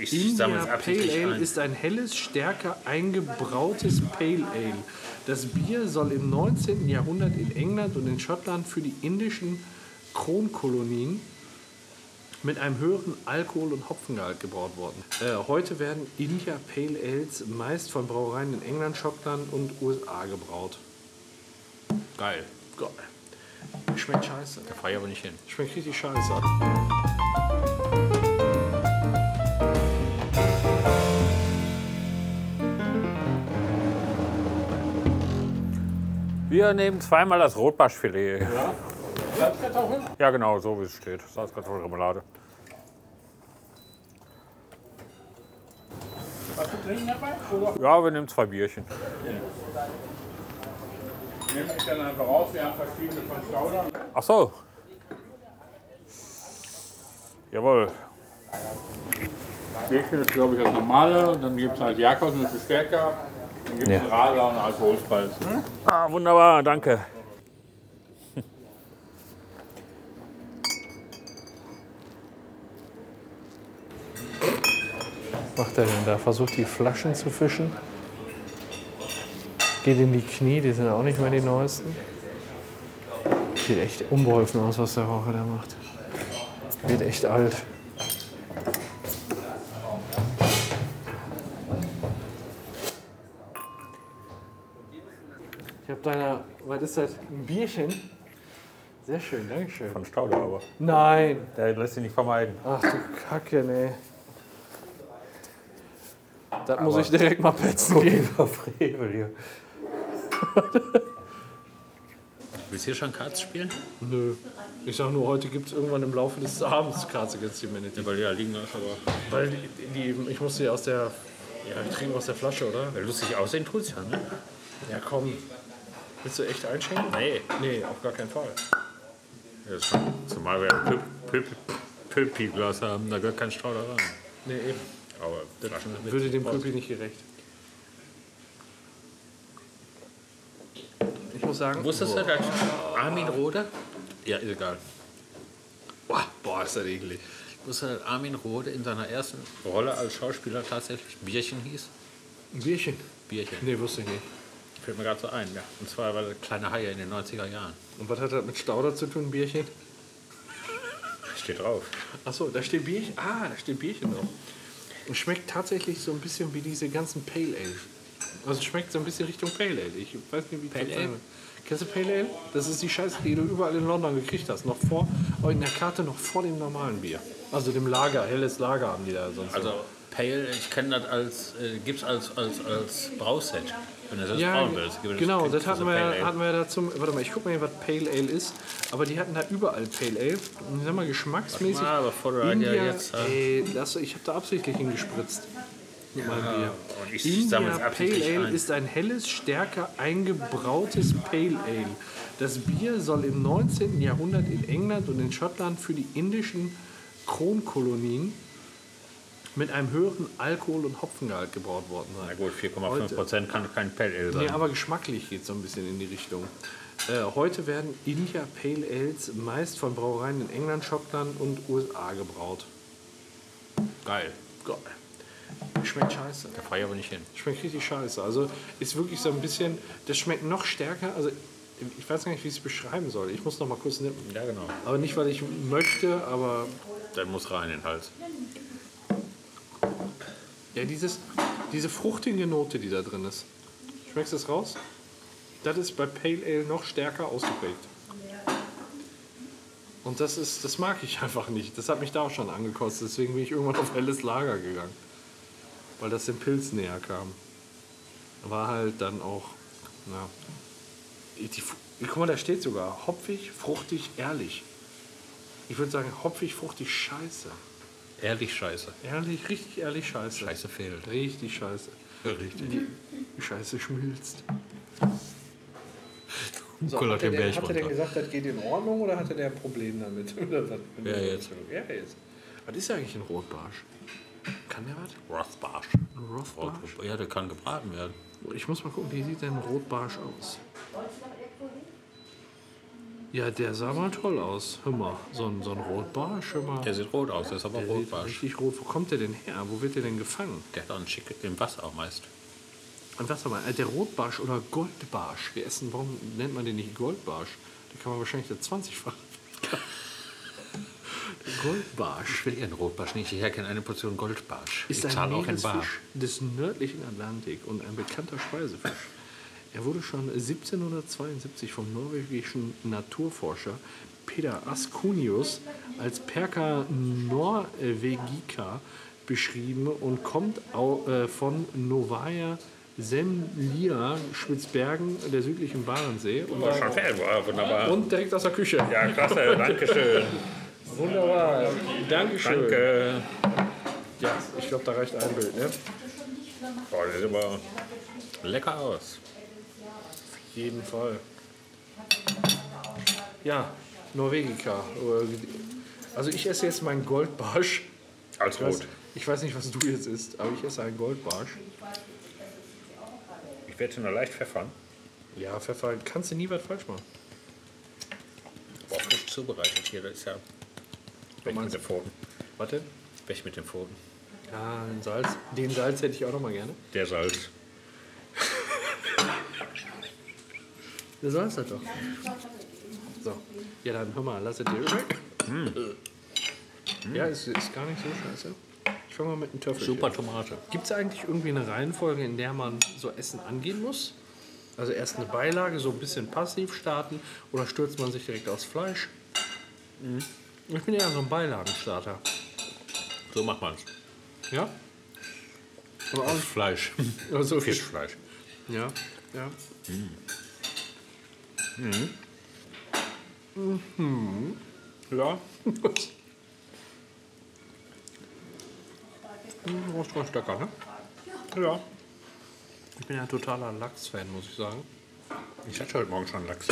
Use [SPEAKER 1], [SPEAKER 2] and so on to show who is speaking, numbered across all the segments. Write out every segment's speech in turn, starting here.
[SPEAKER 1] ich
[SPEAKER 2] India
[SPEAKER 1] sammle es
[SPEAKER 2] Pale
[SPEAKER 1] absichtlich
[SPEAKER 2] Ale
[SPEAKER 1] ein.
[SPEAKER 2] ist ein helles, stärker eingebrautes Pale Ale. Das Bier soll im 19. Jahrhundert in England und in Schottland für die indischen Kronkolonien mit einem höheren Alkohol- und Hopfengehalt gebraut worden. Äh, heute werden India Pale Ales meist von Brauereien in England, Schottland und USA gebraut. Geil. Geil. Schmeckt scheiße.
[SPEAKER 1] Da fahre ich aber nicht hin.
[SPEAKER 2] Schmeckt richtig scheiße.
[SPEAKER 1] Wir nehmen zweimal das Rotbarschfilet. Ja. Ja, genau, so wie es steht. Salzkartoffelremoulade.
[SPEAKER 3] Was zu trinken dabei? Oder
[SPEAKER 1] Ja, wir nehmen zwei Bierchen.
[SPEAKER 3] nehme ich dann einfach raus? Wir haben verschiedene von Staudern.
[SPEAKER 1] Ach so. Jawohl.
[SPEAKER 3] Bierchen ist, glaube ich, das normale. Und dann gibt es halt Jakobs, ein bisschen stärker. Dann gibt es
[SPEAKER 1] Ja.
[SPEAKER 3] einen Radler und einen Alkoholspeis. Ne?
[SPEAKER 1] Ah, wunderbar, danke.
[SPEAKER 2] macht er denn da? Versucht die Flaschen zu fischen. Geht in die Knie, die sind auch nicht mehr die neuesten. Sieht echt unbeholfen aus, was der Raucher da macht. Wird echt alt. Ich habe deiner, was ist das? Ein Bierchen? Sehr schön, Dankeschön.
[SPEAKER 1] Von Stauder aber.
[SPEAKER 2] Nein!
[SPEAKER 1] Der lässt sich nicht vermeiden.
[SPEAKER 2] Ach du Kacke, nee. Das muss ich direkt mal petzen gehen.
[SPEAKER 1] Frevel hier. Willst du hier schon Karts spielen?
[SPEAKER 2] Nö. Ich sag nur, heute gibt es irgendwann im Laufe des Abends Cards Against Humanity.
[SPEAKER 1] Weil ja, liegen das aber.
[SPEAKER 2] Weil die, die, ich musste ja aus der. Ja, ich trinke aus der Flasche, oder?
[SPEAKER 1] Weil lustig aussehen tut's ja, ne?
[SPEAKER 2] Ja, komm. Willst du echt einschenken?
[SPEAKER 1] Nee.
[SPEAKER 2] Nee, auf gar keinen Fall.
[SPEAKER 1] Ja, ist schon. Zumal wir ja Pöpi-Glas haben, da gehört kein Stauder rein.
[SPEAKER 2] Nee, eben.
[SPEAKER 1] Aber Flaschen sind mit.
[SPEAKER 2] Würde dem Pöpi nicht gerecht. Ich muss sagen.
[SPEAKER 1] Wusstest du, dass Armin Rohde? Ja, ist egal. Boah, boah, ist das eklig. Wusstest du, dass Armin Rohde in seiner ersten Rolle als Schauspieler tatsächlich Bierchen hieß?
[SPEAKER 2] Ein Bierchen?
[SPEAKER 1] Bierchen.
[SPEAKER 2] Nee, wusste ich nicht.
[SPEAKER 1] Fällt mir gerade so ein, ja. Und zwar war das kleine Haie in den 90er Jahren.
[SPEAKER 2] Und was hat das mit Stauder zu tun, Bierchen?
[SPEAKER 1] Steht drauf.
[SPEAKER 2] Achso, da steht Bierchen. Ah, da steht Bierchen drauf. Und schmeckt tatsächlich so ein bisschen wie diese ganzen Pale Ale. Also schmeckt so ein bisschen Richtung Pale Ale. Ich weiß nicht, wie ich
[SPEAKER 1] Pale
[SPEAKER 2] das
[SPEAKER 1] Ale?
[SPEAKER 2] sage. Kennst du Pale Ale? Das ist die Scheiße, die du überall in London gekriegt hast. Noch vor, oh, in der Karte noch vor dem normalen Bier. Also dem Lager, helles Lager haben die da sonst.
[SPEAKER 1] Also Pale, ich kenne das als, äh, gibt's als, als, als Brauset. Wenn du das
[SPEAKER 2] ja,
[SPEAKER 1] brauen willst, gibt es-
[SPEAKER 2] genau,
[SPEAKER 1] kriegst
[SPEAKER 2] das
[SPEAKER 1] du
[SPEAKER 2] hatten
[SPEAKER 1] so
[SPEAKER 2] wir,
[SPEAKER 1] Pale Ale.
[SPEAKER 2] ja- hatten wir ja dazu. Warte mal, ich guck mal hier, was Pale Ale ist. Aber die hatten da überall Pale Ale. Und ich sag mal, geschmacksmäßig.
[SPEAKER 1] mal, bevor du da
[SPEAKER 2] India,
[SPEAKER 1] ja jetzt, äh,
[SPEAKER 2] ey, lass, ich habe da absichtlich hingespritzt. Mit meinem Bier.
[SPEAKER 1] Und ich
[SPEAKER 2] India
[SPEAKER 1] sammle es
[SPEAKER 2] Pale
[SPEAKER 1] absichtlich
[SPEAKER 2] Ale
[SPEAKER 1] ein.
[SPEAKER 2] ist ein helles, stärker eingebrautes Pale Ale. Das Bier soll im 19. Jahrhundert in England und in Schottland für die indischen Kronkolonien mit einem höheren Alkohol- und Hopfengehalt gebraut worden sein.
[SPEAKER 1] Na gut, 4,5 Prozent kann kein Pale Ale sein.
[SPEAKER 2] Nee, aber geschmacklich geht es so ein bisschen in die Richtung. Äh, heute werden India Pale Ales meist von Brauereien in England, Schottland und USA gebraut.
[SPEAKER 1] Geil.
[SPEAKER 2] Geil. Schmeckt scheiße.
[SPEAKER 1] Da fahre ich aber nicht hin.
[SPEAKER 2] Schmeckt richtig scheiße. Also ist wirklich so ein bisschen, das schmeckt noch stärker. Also ich weiß gar nicht, wie ich es beschreiben soll. Ich muss noch mal kurz nippen.
[SPEAKER 1] Ja, genau.
[SPEAKER 2] Aber nicht, weil ich möchte, aber
[SPEAKER 1] Dann muss rein in den Hals.
[SPEAKER 2] ja, dieses, diese fruchtige Note, die da drin ist. Schmeckst du es raus? Das ist bei Pale Ale noch stärker ausgeprägt. Und das ist, das mag ich einfach nicht. Das hat mich da auch schon angekostet. Deswegen bin ich irgendwann auf helles Lager gegangen. Weil das dem Pilz näher kam. War halt dann auch, na. Die, Fu- guck mal, da steht sogar hopfig, fruchtig, ehrlich. Ich würde sagen, hopfig, fruchtig, scheiße.
[SPEAKER 1] Ehrlich scheiße.
[SPEAKER 2] Ehrlich, richtig ehrlich, scheiße.
[SPEAKER 1] Scheiße fehlt.
[SPEAKER 2] Richtig scheiße.
[SPEAKER 1] Richtig.
[SPEAKER 2] Die Scheiße schmilzt.
[SPEAKER 1] Kullert den Berg
[SPEAKER 2] hat er denn
[SPEAKER 1] runter.
[SPEAKER 2] gesagt, das geht in Ordnung oder hatte der ein Problem damit? Oder was?
[SPEAKER 1] Ja, jetzt.
[SPEAKER 2] Ja, jetzt. Was ist eigentlich ein Rotbarsch? Kann der was?
[SPEAKER 1] Rothbarsch.
[SPEAKER 2] Ein Rothbarsch?
[SPEAKER 1] Ja, der kann gebraten werden.
[SPEAKER 2] Ich muss mal gucken, wie sieht denn ein Rotbarsch aus? Ja, der sah mal toll aus. Hör mal, so ein, so ein Rotbarsch. Hör mal.
[SPEAKER 1] Der sieht rot aus, der ist aber
[SPEAKER 2] Der sieht
[SPEAKER 1] rotbarsch.
[SPEAKER 2] Richtig rot. Wo kommt der denn her? Wo wird der denn gefangen?
[SPEAKER 1] Der hat auch einen schick im Wasser auch meist.
[SPEAKER 2] Und was mal, äh, der Rotbarsch oder Goldbarsch. Wir essen, warum nennt man den nicht Goldbarsch? Da kann man wahrscheinlich das 20-fach. Goldbarsch
[SPEAKER 1] Ich will ihren Rotbarsch nicht. Ich erkenne eine Portion Goldbarsch.
[SPEAKER 2] ist
[SPEAKER 1] ich
[SPEAKER 2] ein
[SPEAKER 1] zahle auch in Bar.
[SPEAKER 2] Meeresfisch des nördlichen Atlantik und ein bekannter Speisefisch. Er wurde schon 1772 vom norwegischen Naturforscher Peter Asconius als Perca norvegica beschrieben und kommt au- äh, von Novaya Semlia, Spitzbergen, der südlichen Barentssee und,
[SPEAKER 1] Schon fertig, war wunderbar.
[SPEAKER 2] und direkt aus der Küche.
[SPEAKER 1] Ja, klasse, danke schön.
[SPEAKER 2] Wunderbar, Dankeschön.
[SPEAKER 1] Danke.
[SPEAKER 2] Ja, ich glaube, da reicht ein Bild. Ne?
[SPEAKER 1] Boah, das sieht aber lecker aus.
[SPEAKER 2] jeden Fall. Ja, Norwegica. oder- Also ich esse jetzt meinen Goldbarsch.
[SPEAKER 1] Als
[SPEAKER 2] Ich weiß,
[SPEAKER 1] rot.
[SPEAKER 2] ich weiß nicht, was du jetzt isst, aber ich esse einen Goldbarsch.
[SPEAKER 1] Ich werde nur leicht pfeffern.
[SPEAKER 2] Ja, Pfeffer, kannst du nie was falsch machen.
[SPEAKER 1] Boah, frisch zubereitet hier. Das ist ja. Weg mit dem Pfoten.
[SPEAKER 2] Was denn?
[SPEAKER 1] Weg mit dem Pfoten.
[SPEAKER 2] Ja, den Salz. Den Salz hätte ich auch noch mal gerne.
[SPEAKER 1] Der Salz.
[SPEAKER 2] Der Salz halt doch. So. Ja, dann hör mal, lass es dir schmecken. Ja, ist, ist gar nicht so scheiße. Ich fange mal mit einem Töffel.
[SPEAKER 1] Super Tomate.
[SPEAKER 2] Gibt es eigentlich irgendwie eine Reihenfolge, in der man so Essen angehen muss? Also erst eine Beilage, so ein bisschen passiv starten oder stürzt man sich direkt aufs Fleisch?
[SPEAKER 1] Mhm.
[SPEAKER 2] Ich bin eher so ein Beilagenstarter.
[SPEAKER 1] So macht man's.
[SPEAKER 2] Ja?
[SPEAKER 1] Aber auch Fleisch.
[SPEAKER 2] Oder so viel.
[SPEAKER 1] Fischfleisch.
[SPEAKER 2] Ja. ja.
[SPEAKER 1] Mhm.
[SPEAKER 2] Mhm.
[SPEAKER 3] Ja,
[SPEAKER 2] Hm, Das ist ganz lecker, ne?
[SPEAKER 3] ja.
[SPEAKER 2] Ich bin ja totaler Lachs-Fan, muss ich sagen.
[SPEAKER 1] Ich hatte heute Morgen schon Lachs.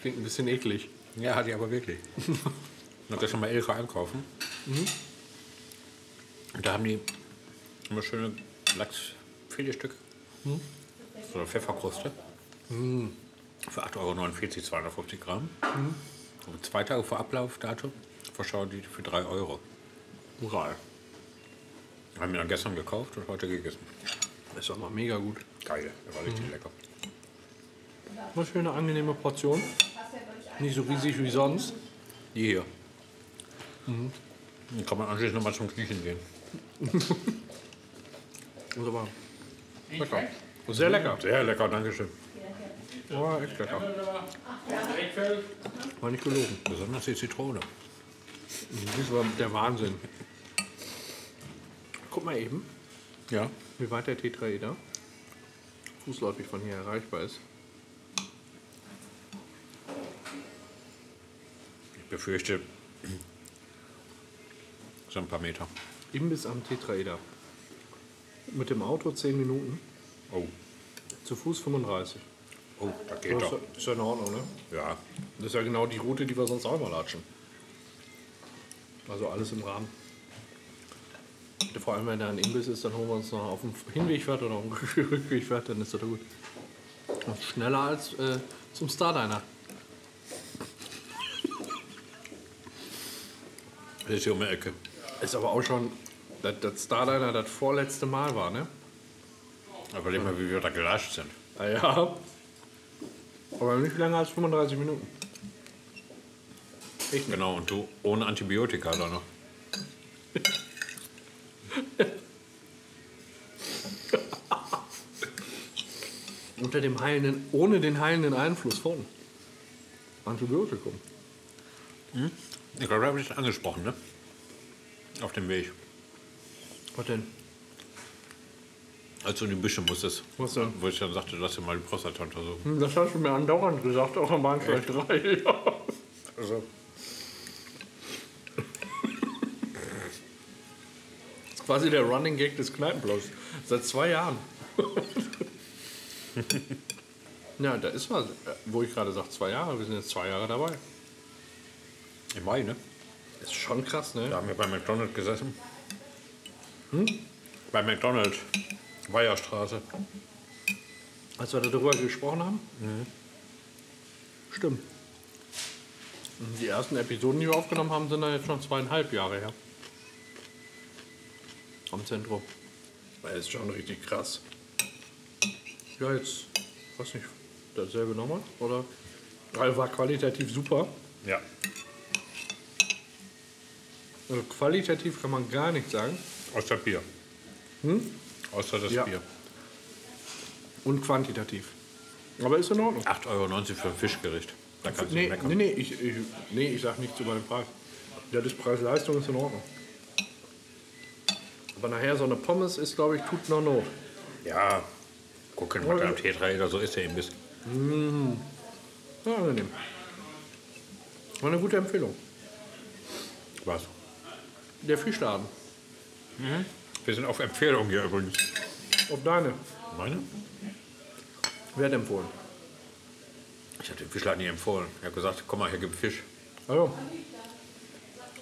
[SPEAKER 2] Klingt ein bisschen eklig.
[SPEAKER 1] Ja, hatte ich aber wirklich. Mhm. Ich hatte schon mal Elke einkaufen. Und da haben die immer schöne Lachsfiletstück. Mhm. So eine Pfefferkruste. Mhm. Für 8,49 Euro, 250 Gramm. Und zwei Tage vor Ablaufdatum verschauen die für 3 Euro.
[SPEAKER 2] Moral.
[SPEAKER 1] Haben wir dann gestern gekauft und heute gegessen.
[SPEAKER 2] Ist doch mal mega gut.
[SPEAKER 1] Geil, der war richtig lecker.
[SPEAKER 2] Was für eine angenehme Portion. Nicht so riesig wie sonst.
[SPEAKER 1] Die hier. Mhm. Dann kann man anschließend nochmal zum Knüchen gehen.
[SPEAKER 2] Ist aber lecker. Sehr lecker.
[SPEAKER 1] Sehr lecker, Dankeschön.
[SPEAKER 2] Ja, echt lecker. War nicht gelogen.
[SPEAKER 1] Besonders die Zitrone.
[SPEAKER 2] Das war der Wahnsinn. Guck mal eben,
[SPEAKER 1] Ja.
[SPEAKER 2] wie weit der Tetraeder fußläufig von hier erreichbar ist.
[SPEAKER 1] Ich befürchte, so ein paar Meter.
[SPEAKER 2] Imbiss am Tetraeder. Mit dem Auto 10 Minuten,
[SPEAKER 1] Oh,
[SPEAKER 2] zu Fuß 35.
[SPEAKER 1] oh, da geht
[SPEAKER 2] Das
[SPEAKER 1] doch.
[SPEAKER 2] ist, ist ja in Ordnung, ne?
[SPEAKER 1] Ja,
[SPEAKER 2] Das ist ja genau die Route, die wir sonst auch mal latschen. Also alles im Rahmen. Vor allem, wenn da ein Imbiss ist, dann holen wir uns noch auf dem Hinweg was oder auf dem Rückweg was, dann ist das gut. Das ist schneller als äh, zum Stardiner.
[SPEAKER 1] das ist hier um die Ecke.
[SPEAKER 2] Ist aber auch schon, dass das Starliner das vorletzte Mal war, ne?
[SPEAKER 1] Aber überleg mal, wie wir da gelascht sind.
[SPEAKER 2] Ah ja. Aber nicht länger als 35 Minuten.
[SPEAKER 1] Ich genau, und du ohne Antibiotika da noch.
[SPEAKER 2] Unter dem heilenden, ohne den heilenden Einfluss von Antibiotikum.
[SPEAKER 1] Ich glaube, da habe ich dich angesprochen, ne? Auf dem Weg.
[SPEAKER 2] Was denn?
[SPEAKER 1] Als du Also in die Büsche musstest.
[SPEAKER 2] Was denn?
[SPEAKER 1] Wo ich dann sagte, lass dir mal die Prostata untersuchen.
[SPEAKER 2] Hm, Das hast du mir andauernd gesagt, auch am Bahnsteig 3.
[SPEAKER 1] Also.
[SPEAKER 2] Das ist quasi der Running Gag des Kneipenblocks. Seit zwei Jahren. ja, da ist was, wo ich gerade sage, zwei Jahre. Wir sind jetzt zwei Jahre dabei.
[SPEAKER 1] Im Mai, ne?
[SPEAKER 2] Ist schon krass, ne?
[SPEAKER 1] Da haben wir bei McDonald's gesessen. Hm? Bei McDonald's. Weiherstraße.
[SPEAKER 2] Als wir darüber gesprochen haben?
[SPEAKER 1] Mhm.
[SPEAKER 2] Stimmt. Und Die ersten Episoden, die wir aufgenommen haben, sind dann jetzt schon zweieinhalb Jahre her. Am Zentrum.
[SPEAKER 4] Das ist schon richtig krass.
[SPEAKER 2] Ja, jetzt, weiß nicht, dasselbe nochmal, oder? Weil war qualitativ super.
[SPEAKER 1] Ja.
[SPEAKER 2] Also qualitativ kann man gar nichts sagen. Hm?
[SPEAKER 1] Außer Bier. Außer das
[SPEAKER 2] Ja.
[SPEAKER 1] Bier.
[SPEAKER 2] Und quantitativ. Aber ist in Ordnung.
[SPEAKER 1] 8,90 Euro für ein Fischgericht. Da kannst du
[SPEAKER 2] Nee,
[SPEAKER 1] meckern.
[SPEAKER 2] nee, nee, ich, ich, nee, ich sag nichts über den Preis. Ja, das Preis-Leistung ist in Ordnung. Aber nachher so eine Pommes ist, glaube ich, tut noch Not.
[SPEAKER 1] Ja, gucken, was da im Tetraeder so ist, der Imbiss.
[SPEAKER 2] Ja, angenehm. War eine gute Empfehlung.
[SPEAKER 1] Was?
[SPEAKER 2] Der Fischladen.
[SPEAKER 1] Wir sind auf Empfehlung hier übrigens.
[SPEAKER 2] Auf deine.
[SPEAKER 1] Meine?
[SPEAKER 2] Wer hat empfohlen?
[SPEAKER 1] Ich habe den Fischladen hier empfohlen. Ich habe gesagt, komm mal, hier gibt Fisch.
[SPEAKER 2] Hallo. Also.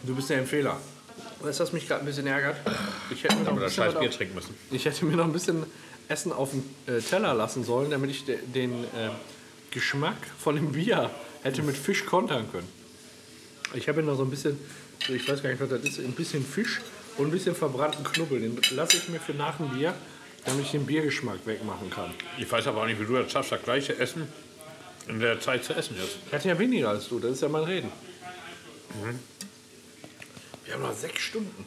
[SPEAKER 2] Du bist der Empfehler. Weißt du, was mich gerade ein bisschen ärgert? Ich hätte mir noch ein
[SPEAKER 1] Aber das
[SPEAKER 2] bisschen
[SPEAKER 1] scheiß
[SPEAKER 2] was
[SPEAKER 1] Bier
[SPEAKER 2] auf-
[SPEAKER 1] trinken müssen.
[SPEAKER 2] Ich hätte mir noch ein bisschen Essen auf den äh, Teller lassen sollen, damit ich de den äh, Geschmack von dem Bier hätte mit Fisch kontern können. Ich habe hier noch so ein bisschen, ich weiß gar nicht, was das ist, ein bisschen Fisch und ein bisschen verbrannten Knubbel. Den lasse ich mir für nach dem Bier, damit ich den Biergeschmack wegmachen kann.
[SPEAKER 1] Ich weiß aber auch nicht, wie du das schaffst, das gleiche Essen in der Zeit zu essen ist.
[SPEAKER 2] Ich hatte ja weniger als du, das ist ja mein Reden.
[SPEAKER 4] Wir haben noch sechs Stunden.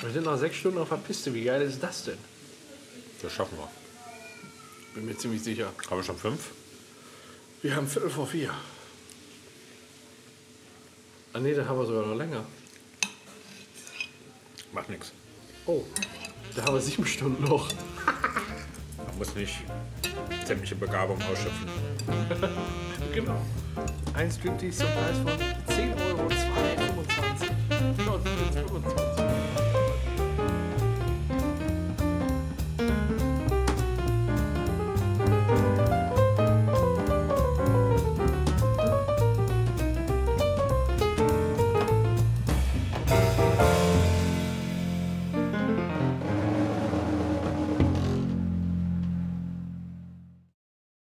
[SPEAKER 2] Wir sind noch sechs Stunden auf der Piste, wie geil ist das denn?
[SPEAKER 1] Das schaffen wir.
[SPEAKER 2] Bin mir ziemlich sicher.
[SPEAKER 1] Haben wir schon fünf?
[SPEAKER 2] Wir haben Viertel vor vier. Ah nee, dann haben wir sogar noch länger.
[SPEAKER 1] Macht nichts.
[SPEAKER 2] Oh, da haben wir sieben Stunden noch.
[SPEAKER 1] Man muss nicht sämtliche Begabung ausschöpfen.
[SPEAKER 2] Genau. Ein Striptease zum Preis von 10,25 Euro. Genau,